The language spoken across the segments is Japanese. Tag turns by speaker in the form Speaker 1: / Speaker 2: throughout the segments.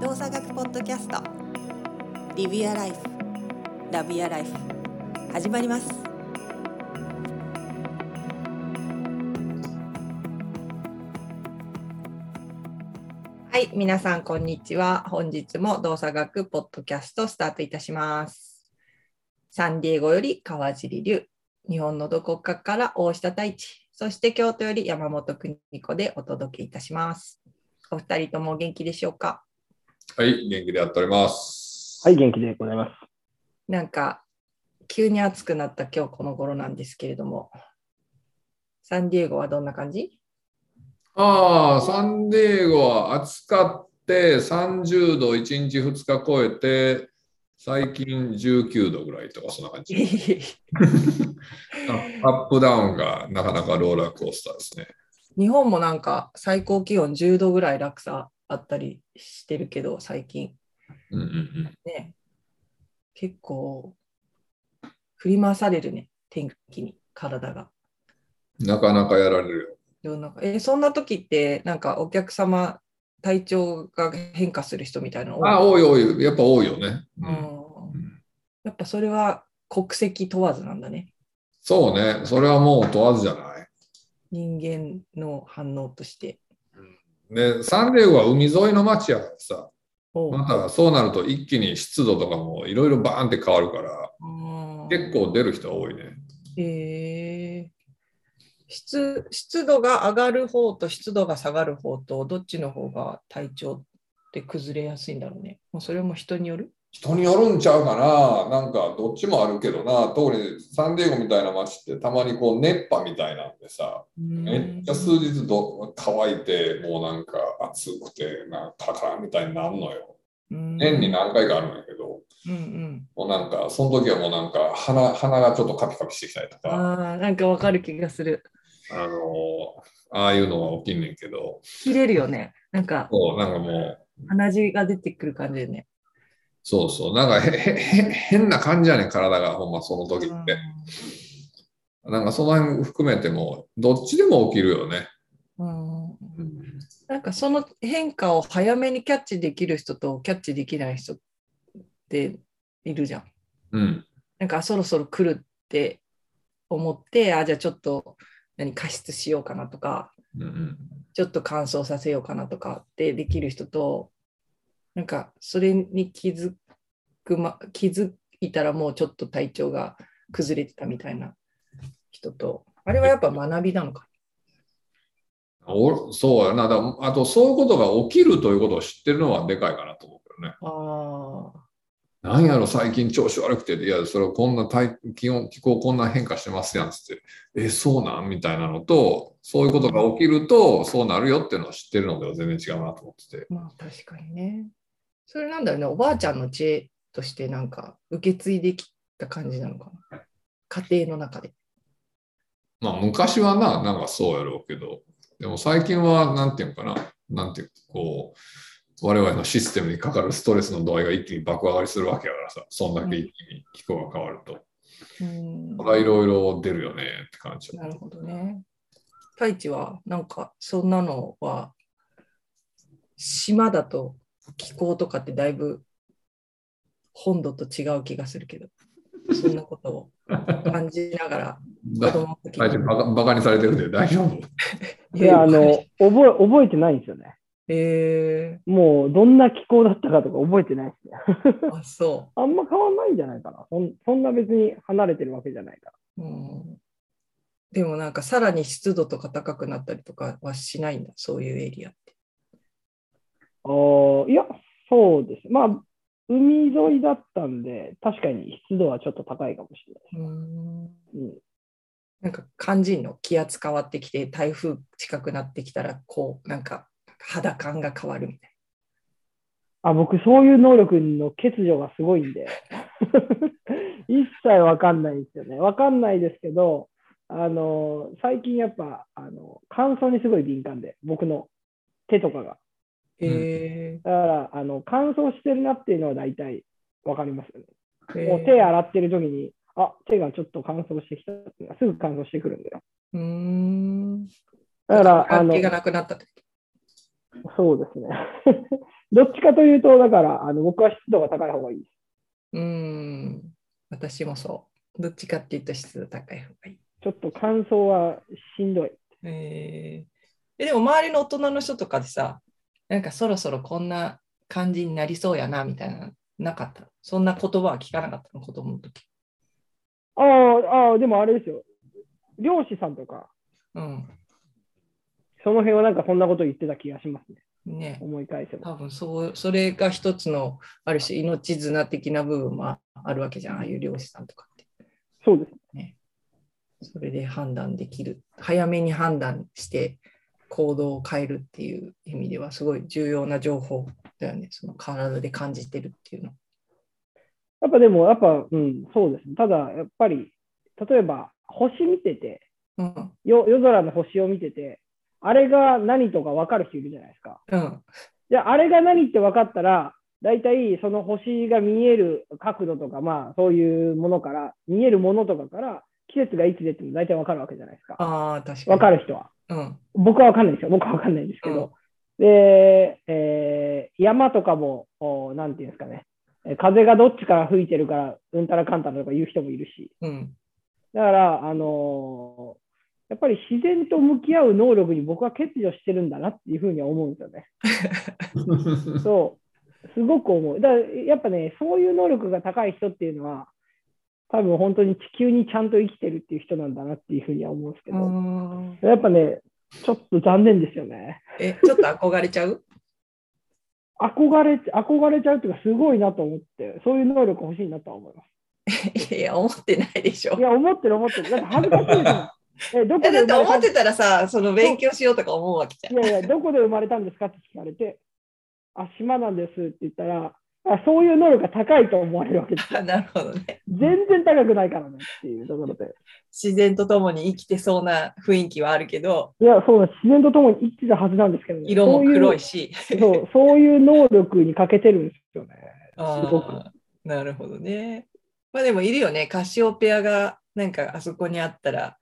Speaker 1: 動作学ポッドキャストリビアライフラビアライフ始まります
Speaker 2: はい、皆さんこんにちは。本日も動作学ポッドキャストスタートいたします。サンディエゴより川尻龍、日本のどこかから大下太一、そして京都より山本邦子でお届けいたします。お二人ともお元気でしょうか。
Speaker 3: はい、元気でやっております。
Speaker 4: はい、元気でございます。
Speaker 2: なんか急に暑くなった今日この頃なんですけれども、サンディエゴはどんな感じ？
Speaker 3: ああ、サンディエゴは暑かって30度1日2日超えて、最近19度ぐらいとか、そんな感じ。
Speaker 2: 日
Speaker 3: あアップダウンがなかなかローラーコースターですね。
Speaker 2: 本もなんか最高気温10度ぐらい落差あったりしてるけど最近。
Speaker 3: うんうんうん。
Speaker 2: ね、結構振り回されるね、天気に、体が。
Speaker 3: なかなかやられるよ。
Speaker 2: 世の中えそんな時って、なんかお客様、体調が変化する人みたいなの多い
Speaker 3: ああ、多い多い。やっぱ多いよね。う
Speaker 2: うんん
Speaker 3: うん
Speaker 2: やっぱそれは国籍問わずなんだね、
Speaker 3: そうね。それはもう問わずじゃない。
Speaker 2: 人間の反応として。
Speaker 3: ね、サンディエゴは海沿いの町やからさ、
Speaker 2: おう
Speaker 3: またそうなると一気に湿度とかもいろいろバーンって変わるから、
Speaker 2: あー
Speaker 3: 結構出る人多いね。
Speaker 2: えー湿湿度が上がる方と湿度が下がる方とどっちの方が体調って崩れやすいんだろうね。もうそれも人による
Speaker 3: 人によるんちゃうかな、なんかどっちもあるけどな、特にサンディエゴみたいな街ってたまにこう熱波みたいなんでさ、めっちゃ数日ど乾いて、もうなんか暑くて、なんかカランみたいになるのよ。年に何回かあるんやけど、
Speaker 2: うんうん、
Speaker 3: もうなんかその時はもうなんか鼻鼻がちょっとカピカピしてきたりとか、
Speaker 2: あーなんかわかる気がする。
Speaker 3: あのああいうのは起きんねんけど、
Speaker 2: 切れるよね。なんか
Speaker 3: そうなんかもう、
Speaker 2: 鼻血が出てくる感じでね。
Speaker 3: そうそう、なんかへへへ変な感じやねん、体が、ほんまその時って。なんかその辺含めても、どっちでも起きるよね。
Speaker 2: うんうんなんかその変化を早めにキャッチできる人とキャッチできない人っているじゃん。
Speaker 3: うん。
Speaker 2: なんかあそろそろ来るって思って、あじゃあちょっと何加湿しようかなとか、
Speaker 3: うんうん。
Speaker 2: ちょっと乾燥させようかなとかってできる人と、なんかそれに気づく、ま、気づいたらもうちょっと体調が崩れてたみたいな人と、あれはやっぱ学びなのか。
Speaker 3: おそうやな。だからあと、そういうことが起きるということを知ってるのはでかいかなと思うけどね。
Speaker 2: あ
Speaker 3: なんやろ、最近調子悪くて、いや、それこんな体気温、気候こんな変化してますやんつって、え、そうなんみたいなのと、そういうことが起きると、そうなるよっていうのを知ってるのでは全然違うなと思ってて。
Speaker 2: あ、まあ確かにね。それなんだろうね、おばあちゃんの知恵としてなんか受け継いできた感じなのかな。家庭の中で。
Speaker 3: まあ、昔はな、なんかそうやろうけど、でも最近は、なんていうのかな、なんていうかこう、我々のシステムにかかるストレスの度合いが一気に爆上がりするわけやからさ、そんだけ一気に気候が変わると。
Speaker 2: うん
Speaker 3: これはいろいろ出るよねって感じ。
Speaker 2: なるほどね。太一はなんかそんなのは島だと気候とかってだいぶ本土と違う気がするけどそんなことを感じながら子
Speaker 3: だ
Speaker 2: 供の時
Speaker 3: 大丈夫バカバカにされてるんで大丈夫
Speaker 2: い
Speaker 4: いや、あ の、覚え、覚えてないんですよね。
Speaker 2: え
Speaker 4: もう、どんな気候だったかとか覚えてないですね。
Speaker 2: ー、あそ
Speaker 4: あんま変わんないんじゃないかな。そんそんな別に離れてるわけじゃないか
Speaker 2: う、うん、でもなんかさらに湿度とか高くなったりとかはしないんだそういうエリアって
Speaker 4: ら。おいや、そうです。まあ、海沿いだったんで、確かに湿度はちょっと高いかもしれ
Speaker 2: うん
Speaker 4: ないです。
Speaker 2: なんか肝心の気圧変わってきて台風近くなってきたらこうなんか肌感が変わるみたい
Speaker 4: うん、あ、僕、そういう能力の欠如がすごいんで、 一切わかんないんですよね。わかんないですけど、あの、最近やっぱ、あの、乾燥にすごい敏感で、僕の手とかが。
Speaker 2: な。
Speaker 3: うん
Speaker 2: へ
Speaker 4: だからあの乾燥してるなっていうのは大体わかりますよね。
Speaker 2: え
Speaker 4: もう手洗ってる時に、あ手がちょっと乾燥してきたっていうのはすぐ乾燥してくるんだよ。
Speaker 2: うーん。
Speaker 4: だから、あ
Speaker 2: 関
Speaker 4: の
Speaker 2: 係がなくなったって
Speaker 4: そうですね。 どっちかというと、だから、あの僕は湿度が高い方がいいです。
Speaker 2: うん。私もそう。どっちかっていうと質度高い方がいい。
Speaker 4: ちょっと乾燥はしんどい。
Speaker 2: えーえでも周りの大人の人とかでさ、なんかそろそろこんな感じになりそうやなみたいな、なかった。そんな言葉は聞かなかったの、子供の時。
Speaker 4: ああ、ああ、でもあれですよ。漁師さんとか、
Speaker 2: うん。
Speaker 4: その辺はなんかそんなこと言ってた気がしますね。
Speaker 2: ね
Speaker 4: 思い返せば。
Speaker 2: 多分そうそれが一つのある種命綱的な部分もあるわけじゃんああいう漁師さんとかって
Speaker 4: そうです。
Speaker 2: それで判断できる早めに判断して行動を変えるっていう意味ではすごい重要な情報だよねその体で感じてるっていうの
Speaker 4: やっぱでも、やっぱ、うん、そうです。ただ、やっぱり、例えば、星見てて、
Speaker 2: うん
Speaker 4: よ夜空の星を見てて、あれが何とか分かる人いるじゃないですか。
Speaker 2: うん
Speaker 4: じゃあ、あれが何って分かったら、大体その星が見える角度とか、まあ、そういうものから、見えるものとかから、季節がいつでっても大体分かるわけじゃないですか。
Speaker 2: ああ確かに
Speaker 4: 分かる人は。
Speaker 2: うん
Speaker 4: 僕は分かんないですよ。僕は分かんないんですけど。で、えー山とかも、おなんていうんですかね、えー風がどっちから吹いてるから、うんたらかんたらとか言う人もいるし、
Speaker 2: うん
Speaker 4: だから、あのーやっぱり自然と向き合う能力に僕は欠如してるんだなっていうふうには思うんですよね。そう、すごく思う。だからやっぱね、そういう能力が高い人っていうのは、多分本当に地球にちゃんと生きてるっていう人なんだなっていうふうには思うんですけ
Speaker 2: う
Speaker 4: ど、
Speaker 2: ん
Speaker 4: やっぱね、ちょっと残念ですよね。
Speaker 2: えちょっと憧れちゃう
Speaker 4: 憧れ憧れちゃうっていうか、すごいなと思って、そういう能力欲しいなとは思います。
Speaker 2: いや思ってないでしょ
Speaker 4: いや、思ってる思ってる。だって恥ずかしいですもんえ、どこ
Speaker 2: え
Speaker 4: で
Speaker 2: だって
Speaker 4: 生まれ
Speaker 2: 思
Speaker 4: た
Speaker 2: っ
Speaker 4: んで
Speaker 2: て
Speaker 4: す
Speaker 2: たらさその勉強しようとか思うわけじゃん
Speaker 4: いやいや、どこで生まれたんですかって聞かれて、あ、島なんですって言ったら、あそういう能力が高いと思われるわけです。
Speaker 2: あなるほどね
Speaker 4: 全然高くないからねっていうところで。
Speaker 2: 自然とともに生きてそうな雰囲気はあるけど
Speaker 4: いや、そうなんです自然とともに生きてたはずなんですけど、ね、
Speaker 2: 色も黒いし
Speaker 4: そういうそう。そういう能力に欠けてるんですよね。
Speaker 2: あ
Speaker 4: すごく
Speaker 2: ーなるほどねまあでもいるよねカシオペアがなんかあそこにあったら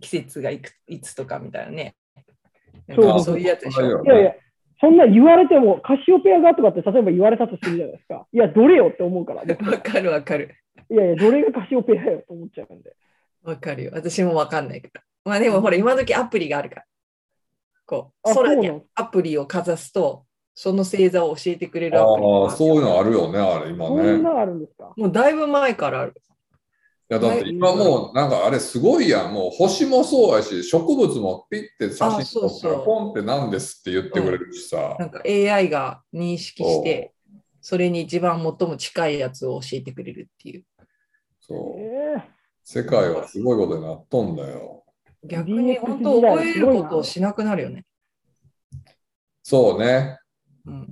Speaker 2: 季節がいくいつとかみたいなねなん
Speaker 4: そう
Speaker 2: かそういうやつでしょ
Speaker 4: いやいや、そんな言われても、カシオペアがとかって例えば言われたとするじゃないですか。いや、どれよって思うから、僕
Speaker 2: わかるわかる
Speaker 4: いやいや、どれがカシオペアよと思っちゃうんで。
Speaker 2: わかるよ私もわかんないからまあでもほら今時アプリがあるからこう
Speaker 4: あ
Speaker 2: 空に
Speaker 4: そうなの
Speaker 2: アプリをかざすとその星座を教えてくれるアプリ
Speaker 3: ああ、そういうのあ
Speaker 2: る
Speaker 3: るよね、あれ、今
Speaker 4: そん
Speaker 3: ね。
Speaker 4: ないのあるんですか
Speaker 2: もうだいぶ前からある
Speaker 3: や、だって今もう、なんかあれすごいやん。もう星もそうやし、植物もピッて写
Speaker 2: あ
Speaker 3: 真
Speaker 2: そう
Speaker 3: 撮った
Speaker 2: そう
Speaker 3: ら、ポンって何ですって言ってくれるしさ。
Speaker 2: なんか AI が認識して、それに一番最も近いやつを教えてくれるっていう。
Speaker 3: そう。
Speaker 4: ええ
Speaker 3: 世界はすごいことになっとんだよ。
Speaker 2: 逆に
Speaker 4: DX
Speaker 2: 本当覚えることを
Speaker 4: 時
Speaker 2: しなくなるよね。
Speaker 3: そうね。
Speaker 2: うん、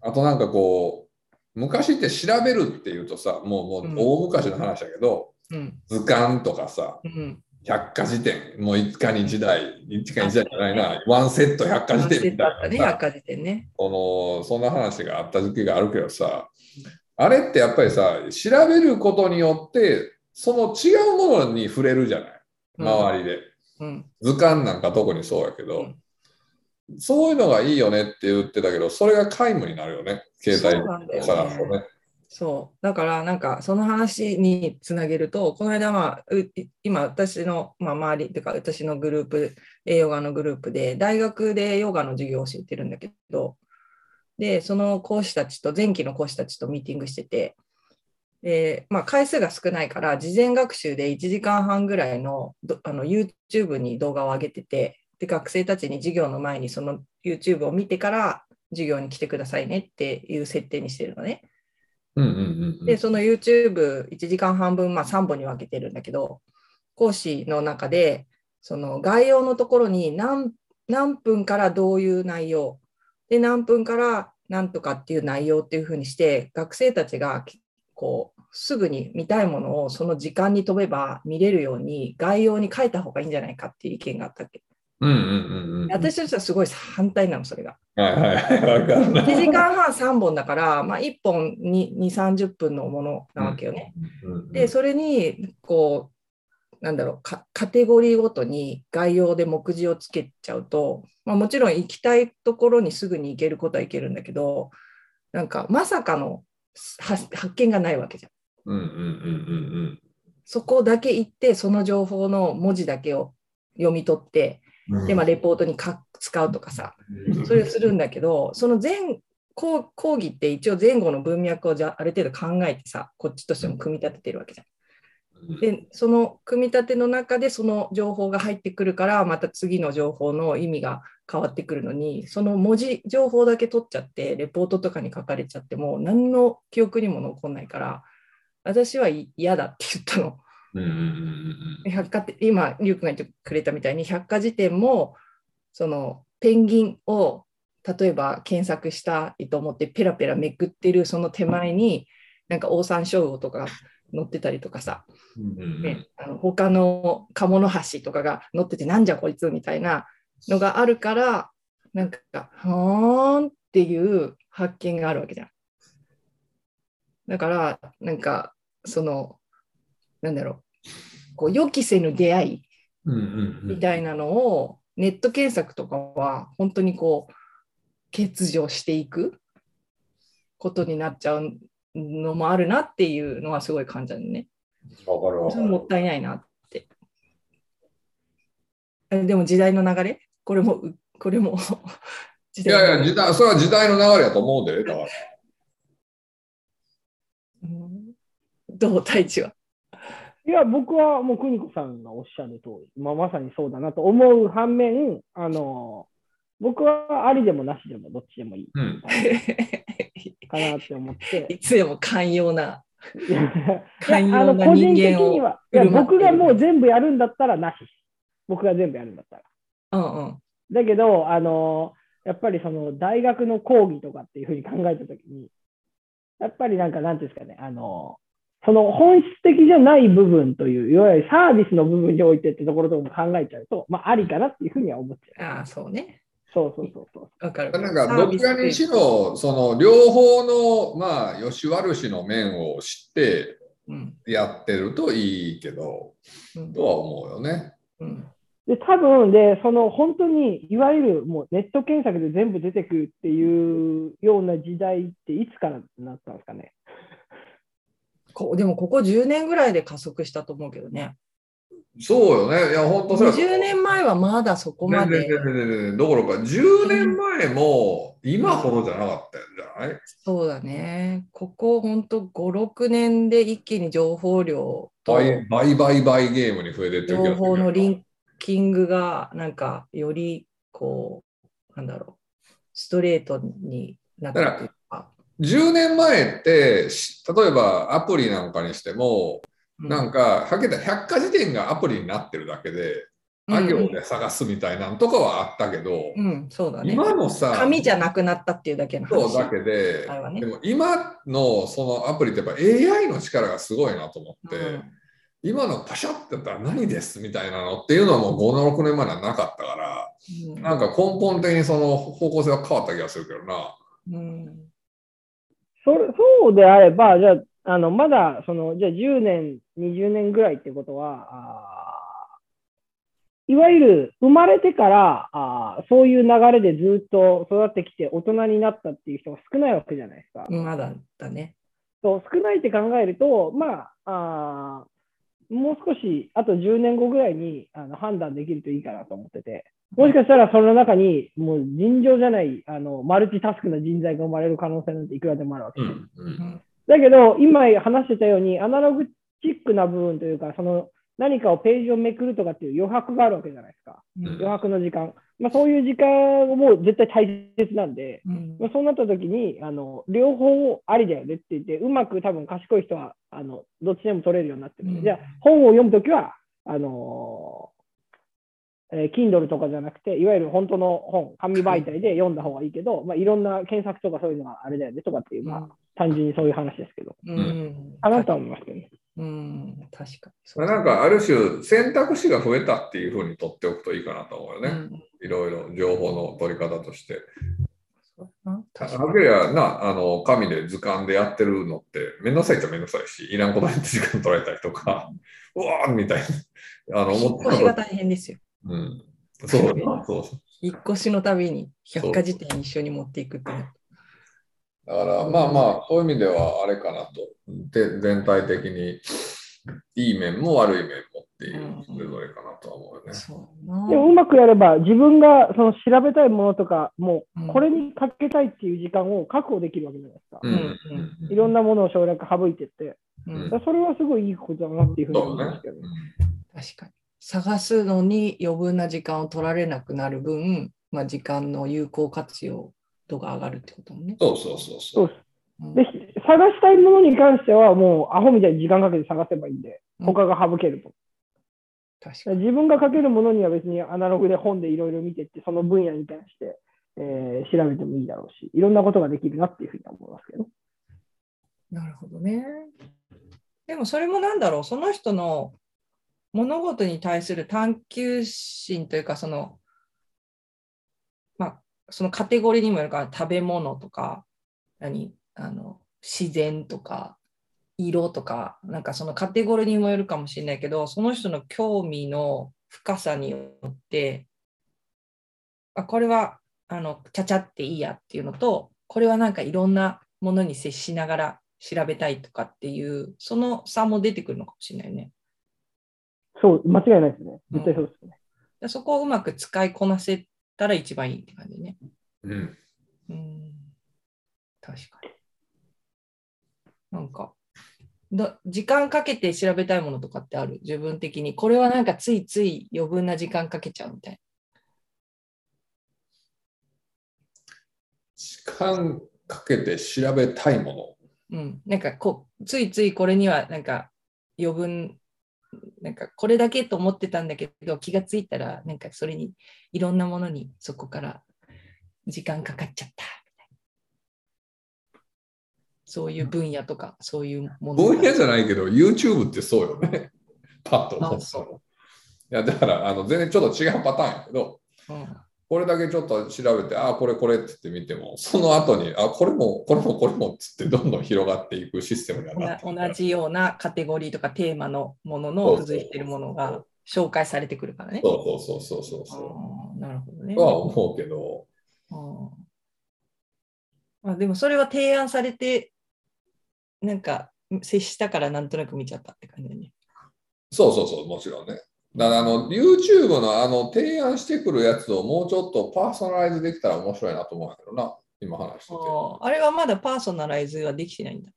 Speaker 3: あとなんかこう、昔って調べるっていうとさ、もうもう大昔の話だけど、
Speaker 2: うん、
Speaker 3: 図鑑とかさ、
Speaker 2: うん。
Speaker 3: 百科事典、もう一家に一台、一家に一台じゃないな、ワンセット百科事典みた
Speaker 2: だった
Speaker 3: い
Speaker 2: ね、
Speaker 3: なさ、
Speaker 2: 赤字でね。
Speaker 3: そのそんな話があった時期があるけどさ、あれってやっぱりさ、調べることによって、その違うものに触れるじゃない、
Speaker 2: うん
Speaker 3: 周りで。
Speaker 2: うん、
Speaker 3: 図鑑なんか特にそうやけ
Speaker 2: う
Speaker 3: ど
Speaker 2: ん、
Speaker 3: そういうのがいいよねって言ってたけど、それが皆無になるよね、携
Speaker 2: そうなんだ
Speaker 3: 帯
Speaker 2: よね
Speaker 3: さらすとね。
Speaker 2: そう。だから、なんか、その話につなげると、この間は、うい今、私の、まあ、周りっていうか、私のグループ、栄ヨガのグループで、大学でヨガの授業を教えてるんだけど、で、その講師たちと、前期の講師たちとミーティングしてて、で、まあ、回数が少ないから、事前学習で1時間半ぐらいのどあの YouTube に動画を上げてて、で、学生たちに授業の前に、その YouTube を見てから、授業に来てくださいねっていう設定にしてるのね。
Speaker 3: うんうんうんうん
Speaker 2: で、その YouTube1 時間半分、まあ、3本に分けてるんだけど、講師の中で、その概要のところに何何分からどういう内容、で、何分から何とかっていう内容っていうふうにして、学生たちがきこうすぐに見たいものをその時間に飛べば見れるように概要に書いた方がいいんじゃないかっていう意見があったっけ。
Speaker 3: うんうんうんうん。
Speaker 2: 私としてはすごい反対なの、それが。
Speaker 3: はいはい、わかるな。
Speaker 2: 1時間半3本だから、まあ、1本に2、30分のものなわけよね。
Speaker 3: うんうん
Speaker 2: でそれにこうなんだろうかカテゴリーごとに概要で目次をつけちゃうと、まあ、もちろん行きたいところにすぐに行けることは行けるんだけどなんかまさかの発発見がないわけじゃん。
Speaker 3: うんうんうんうん
Speaker 2: そこだけ行ってその情報の文字だけを読み取って
Speaker 3: うんうん。
Speaker 2: で、まあ、レポートにか使うとかさ
Speaker 3: うん
Speaker 2: それをするんだけどその前講講義って一応前後の文脈をじゃある程度考えてさこっちとしても組み立ててるわけじゃん。でその組み立ての中でその情報が入ってくるからまた次の情報の意味が変わってくるのにその文字情報だけ取っちゃってレポートとかに書かれちゃっても何の記憶にも残んないから私はい嫌だって言ったの。
Speaker 3: うんうんうんうん
Speaker 2: で百科って今リュウ君が言ってくれたみたいに百科事典もそのペンギンを例えば検索したいと思ってペラペラめくってるその手前になんかオオサンショウウオとかが載ってたりとかさ
Speaker 3: うんうんうん
Speaker 2: ね、あの他の鴨の橋とかが乗っててなんじゃこいつみたいなのがあるからなんか「はーん」っていう発見があるわけじゃん。だからなんかそのなんだろうこう予期せぬ出会い
Speaker 3: うんうんうん
Speaker 2: みたいなのをネット検索とかは本当にこう欠如していくことになっちゃうのもあるなっていうのはすごい感じたのね。
Speaker 3: わかるわ
Speaker 2: そ
Speaker 3: か
Speaker 2: れ
Speaker 3: る。
Speaker 2: もったいないなって。えでも時代の流れこれも、うこれも 時
Speaker 3: いやいや、
Speaker 2: の流れ
Speaker 3: 時代、それは時代の流れやと思うで、だから。
Speaker 2: うんどう太一は。
Speaker 4: いや、僕はもう邦子さんがおっしゃる通り、まあ、まさにそうだなと思う反面、あの僕はありでもなしでもどっちでもいい
Speaker 3: うん。
Speaker 4: かなって思って。
Speaker 2: いつでも寛容な。
Speaker 4: いやいや
Speaker 2: 寛
Speaker 4: あ
Speaker 2: 容
Speaker 4: の
Speaker 2: な
Speaker 4: 個
Speaker 2: 人
Speaker 4: 人的
Speaker 2: 間
Speaker 4: に
Speaker 2: を。
Speaker 4: はいや
Speaker 2: 振る舞って
Speaker 4: 僕
Speaker 2: る
Speaker 4: がもう全部やるんだったらなし僕が全部やるんだったら
Speaker 2: うんうん。
Speaker 4: だけどあのやっぱりその大学の講義とかっていうふうに考えた時にやっぱりなんかなんていうんですかねあのその本質的じゃない部分といういわゆるサービスの部分においてってところとかも考えちゃうとまあありかなっていうふうには思っちゃう
Speaker 2: ああ、そうね。
Speaker 4: そうそうそうそう
Speaker 2: わかる。
Speaker 3: なんか、どちらにしろ、その、両方の、まあ、よし悪しの面を知って
Speaker 2: うん。
Speaker 3: やってるといいけど、
Speaker 2: うん
Speaker 3: とは思うよね。
Speaker 2: うん
Speaker 4: で多分でその本当にいわゆるもうネット検索で全部出てくるっていうような時代っていつからなったんですかね
Speaker 2: こでも、ここ10年ぐらいで加速したと思うけどね。
Speaker 3: そうよね。いや、本当それは
Speaker 2: 20年前はまだそこま
Speaker 3: 全然
Speaker 2: で。
Speaker 3: 全然全然どころか、10年前も、今ほどじゃなかったんじゃない
Speaker 2: そうだね。ここ本当5、6年で一気に情報量と
Speaker 3: 倍、倍、倍、倍ゲームに増えてってる気
Speaker 2: 情
Speaker 3: がするけど
Speaker 2: 報のリンキングがなんかよりこう、なんだろう、ストレートになってくるとか。
Speaker 3: 10年前って、し例えばアプリなんかにしても、なん
Speaker 2: か、
Speaker 3: か、はけた百科事典がアプリになってるだけで、あ行で探すみたいなんとかはあったけど、
Speaker 2: うん、うんそうだね。
Speaker 3: 今のさ、
Speaker 2: 紙じゃなくなったっていうだけの話。
Speaker 3: そうだけで
Speaker 2: あれは、ね
Speaker 3: でも今のそのアプリってやっぱ AI の力がすごいなと思って、
Speaker 2: うん
Speaker 3: 今のパシャってやったら何ですみたいなのっていうのはもう5、6年前にはなかったから、
Speaker 2: うん
Speaker 3: なんか根本的にその方向性は変わった気がするけどな。
Speaker 2: うん
Speaker 4: それそうであれば、じゃあ、あのまだそのじゃあ10年、20年ぐらいってことは、あーいわゆる生まれてからあーそういう流れでずっと育ってきて大人になったっていう人が少ないわけじゃないですか。
Speaker 2: まだだね。
Speaker 4: そう少ないって考えると、まあ、あーもう少しあと10年後ぐらいにあの判断できるといいかなと思ってて、もしかしたらその中にもう尋常じゃないあのマルチタスクな人材が生まれる可能性なんていくらでもあるわけで
Speaker 3: う
Speaker 4: す
Speaker 3: ん、う、
Speaker 2: うんん
Speaker 4: だけど、今話してたように、アナログチックな部分というか、その何かをページをめくるとかっていう余白があるわけじゃないですか。
Speaker 2: うん
Speaker 4: 余白の時間。まあ、そういう時間も絶対大切なんで、
Speaker 2: うん
Speaker 4: まあ、そうなった時に、あの、両方ありだよねって言って、うまく多分賢い人は、あの、どっちでも取れるようになってるんで。
Speaker 2: うん
Speaker 4: じゃあ、本を読むときは、あのーえー Kindle とかじゃなくて、いわゆる本当の本、紙媒体で読んだ方がいいけど、まあ、いろんな検索とかそういうのがあれだよねとかっていう、まあ、単純にそういう話ですけど、
Speaker 2: うん
Speaker 4: あなたは思いますけどね。
Speaker 2: うん、確かにそう。
Speaker 3: なんかある種選択肢が増えたっていうふうに取っておくといいかなと思うよね。
Speaker 2: うん
Speaker 3: いろいろ情報の取り方として。
Speaker 2: そうだな
Speaker 3: あれやな、あの、紙で図鑑でやってるのって、めんどくさいっちゃめんどくさいし、いらんことに時間取られたりとか、うわーみたいな。あの、
Speaker 2: 引っ
Speaker 3: 思った
Speaker 2: 越し
Speaker 3: こ
Speaker 2: が
Speaker 3: と
Speaker 2: 大変ですよ。
Speaker 3: うん。そうだな、そうそう。
Speaker 2: 引っ越しのたびに百科事典一緒に持っていくっていうの
Speaker 3: だから、まあまあ、そういう意味ではあれかなと。で、全体的に、いい面も悪い面もっていう、それぞれかなとは思うよね。
Speaker 2: そう
Speaker 4: でもう
Speaker 2: な。
Speaker 4: まくやれば、自分がその調べたいものとか、も
Speaker 2: うん
Speaker 4: うこれにかけたいっていう時間を確保できるわけじゃないですか。
Speaker 3: うんうん
Speaker 4: いろんなものを省略省いてって。
Speaker 2: う
Speaker 3: うん
Speaker 2: ん
Speaker 4: だからそれはすごいいいことだなっていうふうに
Speaker 3: そう
Speaker 4: 思
Speaker 3: だ
Speaker 4: いま
Speaker 3: ね
Speaker 4: すけどね。。
Speaker 2: 確かに。探すのに余分な時間を取られなくなる分、まあ、時間の有効活用度が上がるってこともね。
Speaker 3: そうそうそうそ
Speaker 4: そう
Speaker 3: う。
Speaker 4: です
Speaker 2: うん
Speaker 4: で、探したいものに関しては、もうアホみたいに時間かけて探せばいいんで、
Speaker 2: うん
Speaker 4: 他が省けると。
Speaker 2: 確かに。
Speaker 4: 自分が書けるものには別にアナログで本でいろいろ見てって、その分野に対して、えー調べてもいいだろうし、いろんなことができるなっていうふうには思いますけど。
Speaker 2: なるほどね。でもそれもなんだろう、その人の物事に対する探求心というか、その、まあ、そのカテゴリーにもよるから、食べ物とか、何、あの、自然とか、色とか、なんかそのカテゴリーにもよるかもしれないけど、その人の興味の深さによって、あ、これは、あの、ちゃちゃっていいやっていうのと、これはなんかいろんなものに接しながら調べたいとかっていう、その差も出てくるのかもしれないね。
Speaker 4: そう、間違いないですね。絶対そうですね。
Speaker 2: でそこをうまく使いこなせたら一番いいって感じね。
Speaker 3: うん。
Speaker 2: うん。確かに。なんか、だ時間かけて調べたいものとかってある自分的に。これはなんかついつい余分な時間かけちゃうみたい
Speaker 3: 時間かけて調べたいもの。
Speaker 2: な。うん。なんかこう、ついついこれにはなんか余分、なんかこれだけと思ってたんだけど、気がついたら、なんかそれに、いろんなものにそこから時間かかっちゃった。みたいなそういう分野とか、そういうものとか。
Speaker 3: 分野じゃないけど、YouTube ってそうよね。パッと思
Speaker 2: あ
Speaker 3: っ
Speaker 2: そ
Speaker 3: た
Speaker 2: う
Speaker 3: の。いや、だから、あの、全然ちょっと違うパターンやけど、
Speaker 2: うん
Speaker 3: これだけちょっと調べて、ああ、これこれって言って見ても、その後に、あこれもこれもこれもっつってどんどん広がっていくシステムには
Speaker 2: お
Speaker 3: な
Speaker 2: な
Speaker 3: ってるから
Speaker 2: 同じようなカテゴリーとかテーマのもの
Speaker 3: そう
Speaker 2: の
Speaker 3: そう
Speaker 2: 付随しているものが紹介されてくるからね。
Speaker 3: そうそうそうそうそうそ
Speaker 2: あーなるほどね
Speaker 3: う。と。は思うけど、
Speaker 2: あーまあ、でもそれは提案されて、なんか接したからなんとなく見ちゃったって感じだね。
Speaker 3: そうそうそう、もちろんね。だからあの YouTube のあの提案してくるやつをもうちょっとパーソナライズできたら面白いなと思うんやけどな、今話してて。
Speaker 2: あーあれはまだパーソナライズはできてないんだ。
Speaker 3: い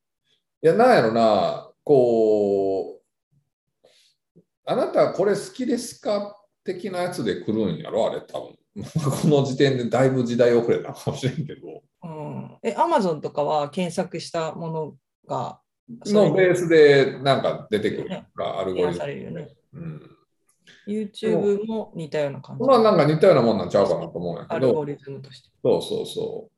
Speaker 3: や、なんやろな、こう、あなたこれ好きですか的なやつで来るんやろ、あれ、多分 この時点でだいぶ時代遅れなのかもしれんけど、
Speaker 2: うん、え、アマゾンとかは検索したものが、
Speaker 3: の
Speaker 2: それ
Speaker 3: ベースでなんか出てくる
Speaker 2: ね
Speaker 3: から、アル
Speaker 2: 提
Speaker 3: ゴリ
Speaker 2: 案
Speaker 3: ズ
Speaker 2: さ
Speaker 3: ム
Speaker 2: れるよね。
Speaker 3: うん。
Speaker 2: YouTube も似たような感じ
Speaker 3: こ。れはなんか似たようなもんなんちゃうかなと思うんや
Speaker 2: ア
Speaker 3: け
Speaker 2: ル
Speaker 3: ど
Speaker 2: ゴ、リズムとして。
Speaker 3: そうそうそう。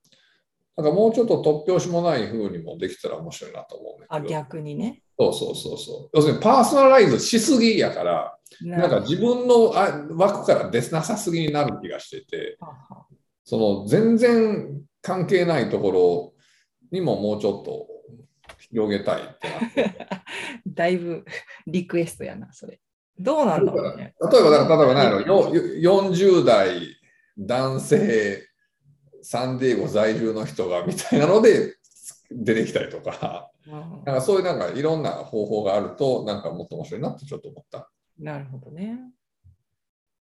Speaker 3: なんかもうちょっと突拍子もない風にもできたら面白いなと思うん
Speaker 2: あ、
Speaker 3: だけど、
Speaker 2: 逆にね。
Speaker 3: そうそうそうそう。要するにパーソナライズしすぎやから、なんか自分のあ枠から出なさすぎになる気がしてて、
Speaker 2: はは
Speaker 3: その全然関係ないところにももうちょっと広げたいってなって。
Speaker 2: だいぶ リクエストやな、それ。どうなんだろうね。
Speaker 3: 例えばだから、例えば何やろ、よ40代男性、サンディエゴ在住の人がみたいなので出てきたりとか、
Speaker 2: うん
Speaker 3: なんかそういうなんかいろんな方法があると、なんかもっと面白いなってちょっと思った。
Speaker 2: なるほどね。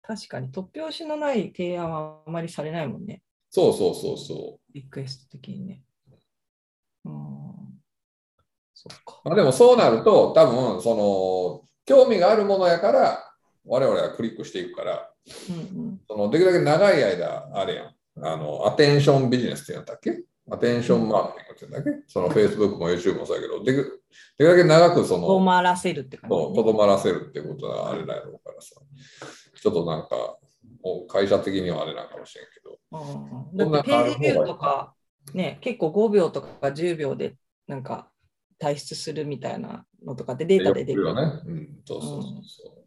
Speaker 2: 確かに突拍子のない提案はあまりされないもんね、
Speaker 3: そうそうそうそう。
Speaker 2: リクエスト的にね。うん、そっか。
Speaker 3: まあ、でもそうなると、多分その興味があるものやから、我々はクリックしていくから、
Speaker 2: うん
Speaker 3: そのできるだけ長い間、あれやんあの、アテンションビジネスってやったっけアテンションマーケティングってやったっけその Facebook も YouTube もそうやけど、できるできるだけ長くそ
Speaker 2: うん、止
Speaker 3: の、
Speaker 2: まらせるって感じ、
Speaker 3: そうとどまらせるってことはあれだろうからさ、ちょっとなんか、もう会社的にはあれなんかもしれんけど、
Speaker 2: うんだってページビューとか、ね、結構5秒とか10秒でなんか退出するみたいなのとかってデータで出てく
Speaker 3: よ
Speaker 2: る。
Speaker 3: ね。うん、そうそうそうそう。
Speaker 2: う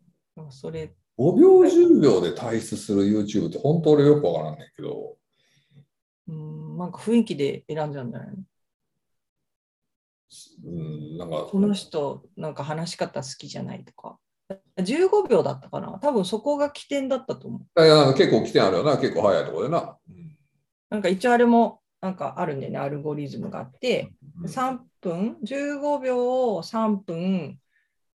Speaker 2: んそれ
Speaker 3: 5秒10秒で退出する YouTube って本当俺よくわからんねんけど、
Speaker 2: うーんなんか雰囲気で選んじゃうんじゃないの
Speaker 3: うん、なんか、
Speaker 2: この人なんか話し方好きじゃないとか15秒だったかな多分そこが起点だったと思う
Speaker 3: いやなんか結構起点あるよな、結構早いところでな。
Speaker 2: なんか一応あれもなんかあるんだよねアルゴリズムがあって
Speaker 3: うん
Speaker 2: 3分15秒を3分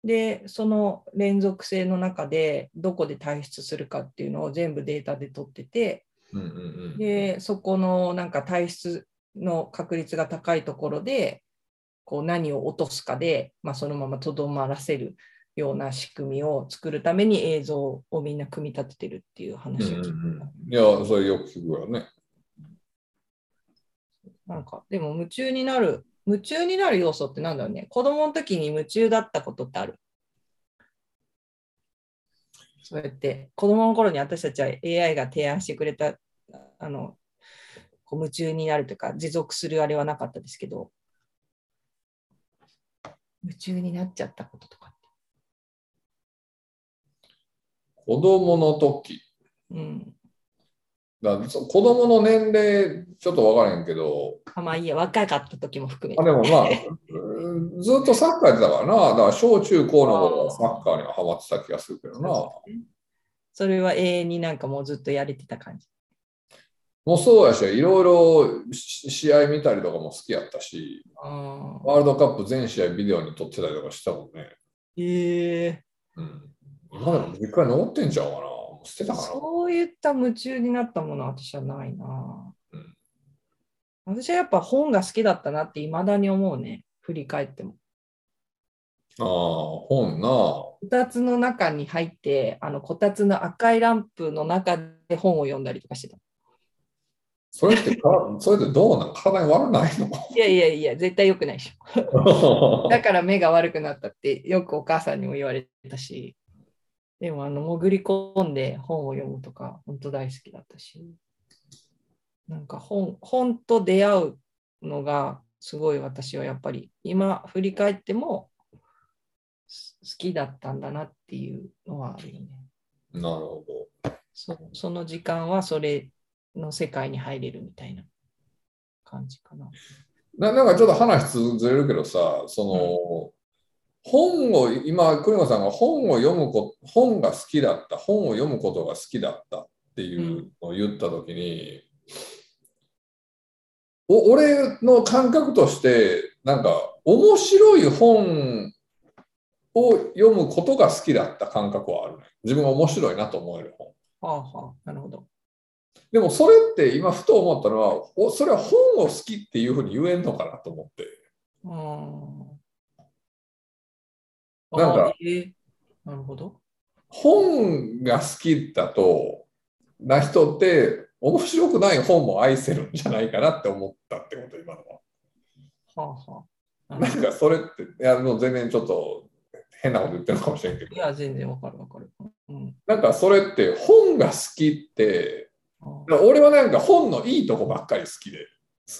Speaker 2: でその連続性の中でどこで退出するかっていうのを全部データで取ってて
Speaker 3: うんうんうん
Speaker 2: でそこのなんか体質の確率が高いところでこう何を落とすかで、まあ、そのままとどまらせるような仕組みを作るために映像をみんな組み立ててるっていう
Speaker 3: うん
Speaker 2: 話
Speaker 3: う
Speaker 2: を聞い
Speaker 3: ん
Speaker 2: た、
Speaker 3: うん、いや、それよく聞くよね。
Speaker 2: なんかでも夢中になる夢中になる要素ってなんだろうね子供の時に夢中だったことってあるそうやって子供の頃に私たちは AI が提案してくれたあのこう夢中になるというか持続するあれはなかったですけど夢中になっちゃったこととかっ
Speaker 3: 子供の時
Speaker 2: て、うん、
Speaker 3: だからそ子供の年齢、ちょっと分からへんけど、
Speaker 2: あまあいいや若かった時も含め
Speaker 3: あ
Speaker 2: て
Speaker 3: でもまあ、 うんずっとサッカーやってたからな、だから小中高の頃はサッカーにはハマってた気がするけどな。も
Speaker 2: それは永遠になんかもうずっとやれてた感じ
Speaker 3: うそうやし、いろいろし試合見たりとかも好きやったし、
Speaker 2: あ
Speaker 3: ワールドカップ全試合ビデオに撮ってたりとかしたもんね。
Speaker 2: ええ
Speaker 3: うん。今でも実家に残ってんちゃうかな。もう捨てたかな。
Speaker 2: そういった夢中になったものは私はないな、
Speaker 3: うん
Speaker 2: 私はやっぱ本が好きだったなっていまだに思うね振り返っても
Speaker 3: ああ、本な。
Speaker 2: こたつの中に入ってあのこたつの赤いランプの中で本を読んだりとかしてた
Speaker 3: それってか、それってどうなん体に悪ないの
Speaker 2: いやいやいや絶対良くないでしょだから目が悪くなったってよくお母さんにも言われたしでもあの潜り込んで本を読むとか本当大好きだったしなんか本本と出会うのがすごい私はやっぱり今振り返ってもす好きだったんだなっていうのはあるよね
Speaker 3: なるほど。
Speaker 2: そその時間はそれの世界に入れるみたいな感じかな
Speaker 3: ななんかちょっと話ずれるけどさ、その、本を今、栗山さんが本を読むこ本が好きだった、本を読むことが好きだったっていうのを言ったときに、お、俺の感覚として、なんか面白い本を読むことが好きだった感覚はあるね。自分が面白いなと思える本。
Speaker 2: はあはあなるほど
Speaker 3: でもそれって今ふと思ったのは、おそれは本を好きっていうふうに言えんのかなと思って。
Speaker 2: うん。
Speaker 3: なんか
Speaker 2: あ、えーなるほど。
Speaker 3: 本が好きだとな人って面白くない本も愛せるんじゃないかなって思ったってこと今のは。
Speaker 2: はあはあ。な
Speaker 3: な
Speaker 2: るほ
Speaker 3: ん
Speaker 2: ど
Speaker 3: かそれっていやもう全然ちょっと変なこと言ってるかもしれんけど
Speaker 2: いや、全然わかるわかる。うん。
Speaker 3: なんかそれって本が好きって
Speaker 2: あー
Speaker 3: 俺はなんか本のいいとこばっかり好きで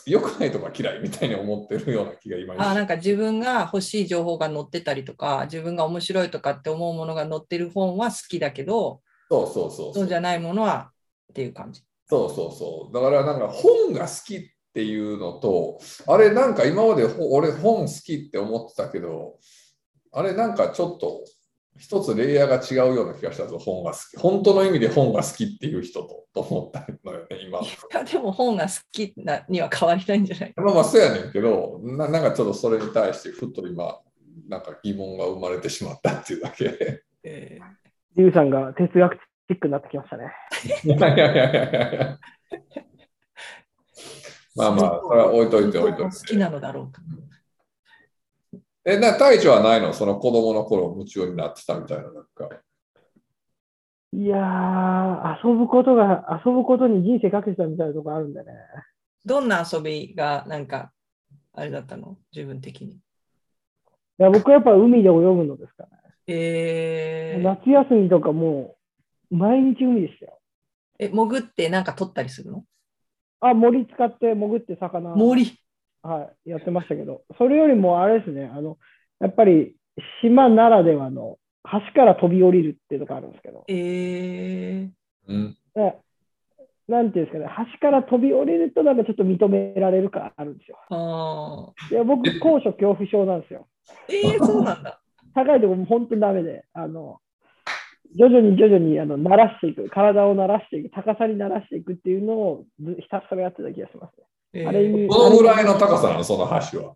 Speaker 3: 良くないとか嫌いみたいに思ってるような気が今に
Speaker 2: あー、なんか自分が欲しい情報が載ってたりとか、自分が面白いとかって思うものが載ってる本は好きだけど、
Speaker 3: そうそうそうそ
Speaker 2: そう
Speaker 3: う
Speaker 2: じゃないものはっていう感じ。
Speaker 3: そうそうそう。だからなんか本が好きっていうのと、あれなんか今までほ俺本好きって思ってたけど、あれなんかちょっと一つレイヤーが違うような気がしたぞ、本が好き。本当の意味で本が好きっていう人とと思ったのよね、今。
Speaker 2: いや、でも本が好きなには変わりないんじゃない
Speaker 3: まあまあそうやねんけどな、なんかちょっとそれに対してふっと今、なんか疑問が生まれてしまったっていうだけ。
Speaker 2: え
Speaker 4: リュウさんが哲学チックになってきましたね。
Speaker 3: いやいやいやいやいや。まあまあ、それは置いといて置いと
Speaker 2: 好
Speaker 3: いて。
Speaker 2: きなのだろうか。
Speaker 3: え、な、大地はないのその子供の頃夢中になってたみたいな、なんか。
Speaker 4: いやー、遊ぶことが、遊ぶことに人生かけてたみたいなとこあるんだね。
Speaker 2: どんな遊びがなんか、あれだったの自分的に。
Speaker 4: いや僕はやっぱ海で泳ぐのですから、
Speaker 2: えー、
Speaker 4: 夏休みとかもう、毎日海でしたよ。
Speaker 2: え、潜ってなんか取ったりするの
Speaker 4: あ、森使って潜って魚、
Speaker 2: 森
Speaker 4: はい、やってましたけど、それよりもあれですね、あの、やっぱり島ならではの、橋から飛び降りるっていうのがあるんですけど、
Speaker 2: えー、
Speaker 3: うん。
Speaker 4: でなんていうんですかね、橋から飛び降りると、なんかちょっと認められる感あるんですよ。
Speaker 2: あ
Speaker 4: いや僕、高所恐怖症なんですよ。
Speaker 2: ーえー、そうなんだ。
Speaker 4: 高いとこも本当にダメで、あの、徐々に徐々にあの慣らしていく、体を慣らしていく、高さに慣らしていくっていうのをずひたすらやってた気がしますね。
Speaker 2: えー
Speaker 4: あれ意味
Speaker 3: どのぐらいの高さなの、その橋は。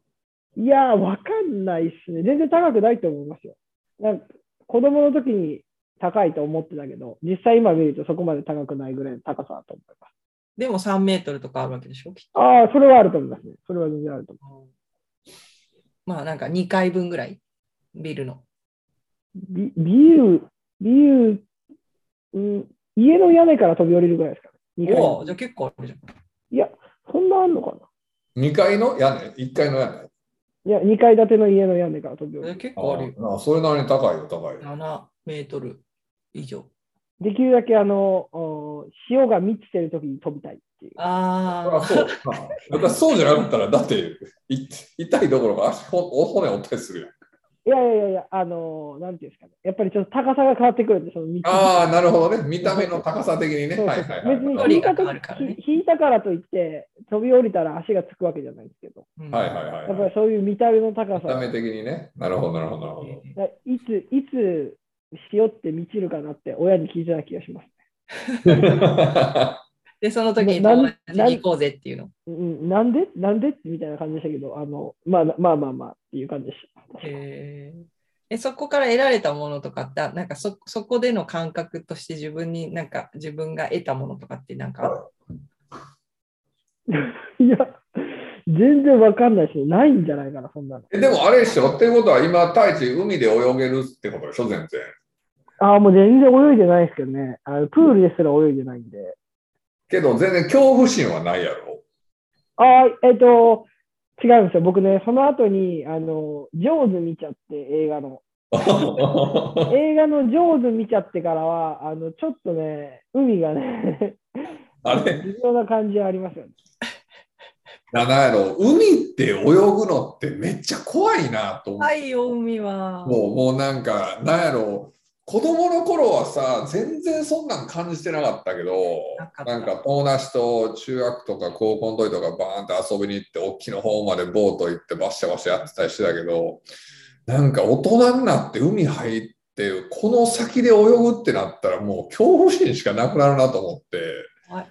Speaker 4: いやー、わかんないっすね。全然高くないと思いますよ。なんか子供の時に高いと思ってたけど、実際今見るとそこまで高くないぐらいの高さだと思います。
Speaker 2: でも3メートルとかあるわけでしょ、きっと。
Speaker 4: ああ、それはあると思いますね。それは全然あると思
Speaker 2: まあなんか2階分ぐらい、ビルの。
Speaker 4: う。ビビュー、ビュー、うん、家の屋根から飛び降りるぐらいですかね。2
Speaker 2: お
Speaker 4: 階
Speaker 2: お、じゃあ結構あるじゃん。
Speaker 4: いや、そんなあんのかな
Speaker 3: 2階の屋根 ?1 階の屋
Speaker 4: いや、2階建ての家の屋根から飛び降
Speaker 2: じゃあ
Speaker 4: りる。
Speaker 2: 結構あるよ
Speaker 3: 根。ああそれなりに高いよ、高いよ。
Speaker 2: 7メートル以上。
Speaker 4: できるだけあの、お潮が満ちてる時に飛びたいっていう。
Speaker 2: あ
Speaker 3: あ
Speaker 2: あ、
Speaker 3: そうまあだからそうじゃなかったら、だってい痛いどころか足ほ骨折ったりするやん。
Speaker 4: いやいやいやいや、あの、なんていうんですかね。やっぱりちょっと高さが変わってくるんで、その満ち
Speaker 3: ああ、なるほどね。見た目の高さ的にね。
Speaker 4: そう
Speaker 3: は
Speaker 4: そ
Speaker 3: いうはい
Speaker 4: 別に
Speaker 3: は
Speaker 4: 引
Speaker 3: い。
Speaker 4: いたと
Speaker 2: 距離があるからね
Speaker 4: ひ引いたからといって、飛び降りたら足がつくわけじゃないんですけど、
Speaker 2: うん
Speaker 3: はいはいはい
Speaker 4: やっ
Speaker 3: は
Speaker 4: ぱ
Speaker 3: い。
Speaker 4: りそういう見た目の高
Speaker 3: 見た
Speaker 4: さ、
Speaker 3: 目的にね。なるほど、なるほど、 なるほど。
Speaker 4: だいつ、いつ塩って満ちるかなって親に聞いてた気がします。
Speaker 2: で、その時に
Speaker 4: な
Speaker 2: 友
Speaker 4: なん
Speaker 2: 達に行こうぜっていうの。
Speaker 4: うん、なんでなんでみたいな感じでしたけど、あの、まあまあまあまあっていう感じでした。
Speaker 2: へーえそこから得られたものとかって、なんかそそこでの感覚として自分に、なんか自分が得たものとかって、なんかある
Speaker 4: いや、全然わかんないし、ないんじゃないかな、そんなの。
Speaker 3: えでもあれでしょっていうことは今、太一、海で泳げるってことでしょ、全然。
Speaker 4: ああ、もう全然泳いでないですけどね。あのプールですら泳いでないんで。
Speaker 3: けど、全然恐怖心はないやろ。
Speaker 4: あーえっ、と、違うんですよ。僕ね、その後に、あの、ジョーズ見ちゃって、映画の。映画のジョーズ見ちゃってからは、あの、ちょっとね、海がね、
Speaker 3: あれ
Speaker 4: 微妙な感じはありますよね。
Speaker 3: ななんやろ。海って泳ぐのってめっちゃ怖いなと思って。
Speaker 2: はいよ、海は。
Speaker 3: もうもうなんか、なんやろう、子供の頃はさ、全然そんなん感じてなかったけど
Speaker 2: なかっ、た
Speaker 3: なんか友達と中学とか高校の時とかバーンって遊びに行って、大きな方までボート行ってバシャバシャやってたりしてたけど、なんか大人になって海入って、この先で泳ぐってなったらもう恐怖心しかなくなるなと思って
Speaker 2: はい。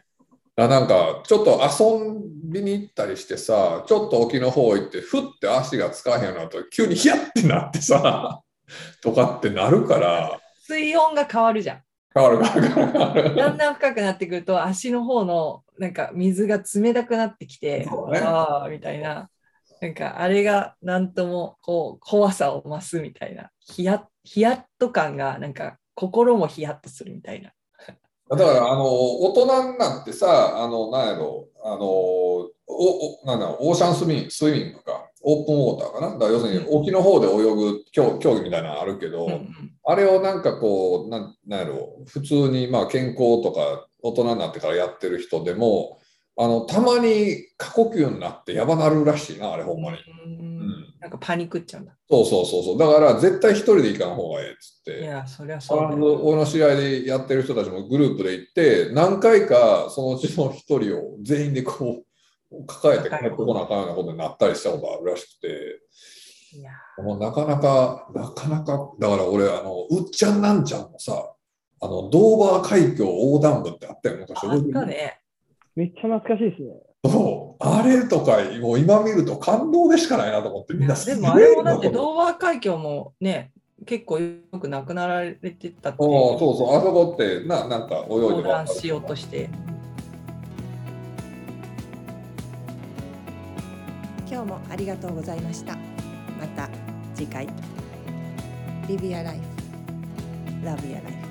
Speaker 3: あなんかちょっと遊びに行ったりしてさちょっと沖の方行ってふって足がつかへんようになると急にヒヤッてなってさとかってなるから、
Speaker 2: 水温が変わるじゃん。
Speaker 3: 変わる変わる変わる。
Speaker 2: だんだん深くなってくると、足の方のなんか水が冷たくなってきて、
Speaker 3: そうね
Speaker 2: ああ、みたいな。なんかあれがなんともこう怖さを増すみたいな。ヒヤッヒヤッと感が、なんか心もヒヤッとするみたいな。
Speaker 3: だから、あの、大人になってさ、あの、なんやろ、あの、お、おなんだ、オーシャンスミンスイミングか、オープンウォーターかな。だから要するに、
Speaker 2: うん
Speaker 3: 沖の方で泳ぐ競競技みたいなのあるけど、
Speaker 2: うんうん
Speaker 3: あれをなんかこう、なんなんやろ、普通に、まあ、健康とか、大人になってからやってる人でも、あの、たまに過呼吸になってやばなるらしいな、あれ、ほんまに。
Speaker 2: うん
Speaker 3: うん。
Speaker 2: なんかパニックっちゃうんだ。
Speaker 3: そうそうそうそう。だから、絶対一人で行かん方がええっつって。
Speaker 2: いや、そりゃそうだ
Speaker 3: 必ず
Speaker 2: よ。
Speaker 3: 俺の知り合いでやってる人たちもグループで行って何回かそのうちの一人を全員でこう抱えて帰ってこなあかんようなことになったりしたことあるらしくて
Speaker 2: いや
Speaker 3: もうなかなかなかなかだから俺あのうっちゃんなんちゃんもさあのドーバー海峡横断部ってあったよ昔
Speaker 2: あったね。
Speaker 4: めっちゃ懐かしいですね。
Speaker 3: そうあれとかもう今見ると感動でしかないなと思ってみんな
Speaker 2: です
Speaker 3: げえ
Speaker 2: もあれもだ
Speaker 3: な
Speaker 2: っ
Speaker 3: と
Speaker 2: て
Speaker 3: 思
Speaker 2: ド
Speaker 3: って
Speaker 2: ーバー海峡もね、結構よくなくなられてたってい
Speaker 3: おうそううそうあそこってななんか泳いで
Speaker 2: 横
Speaker 3: ば
Speaker 2: 断
Speaker 3: っかり
Speaker 2: しようとして。
Speaker 1: 今日もありがとうございましたまた次回 Live your life Love your life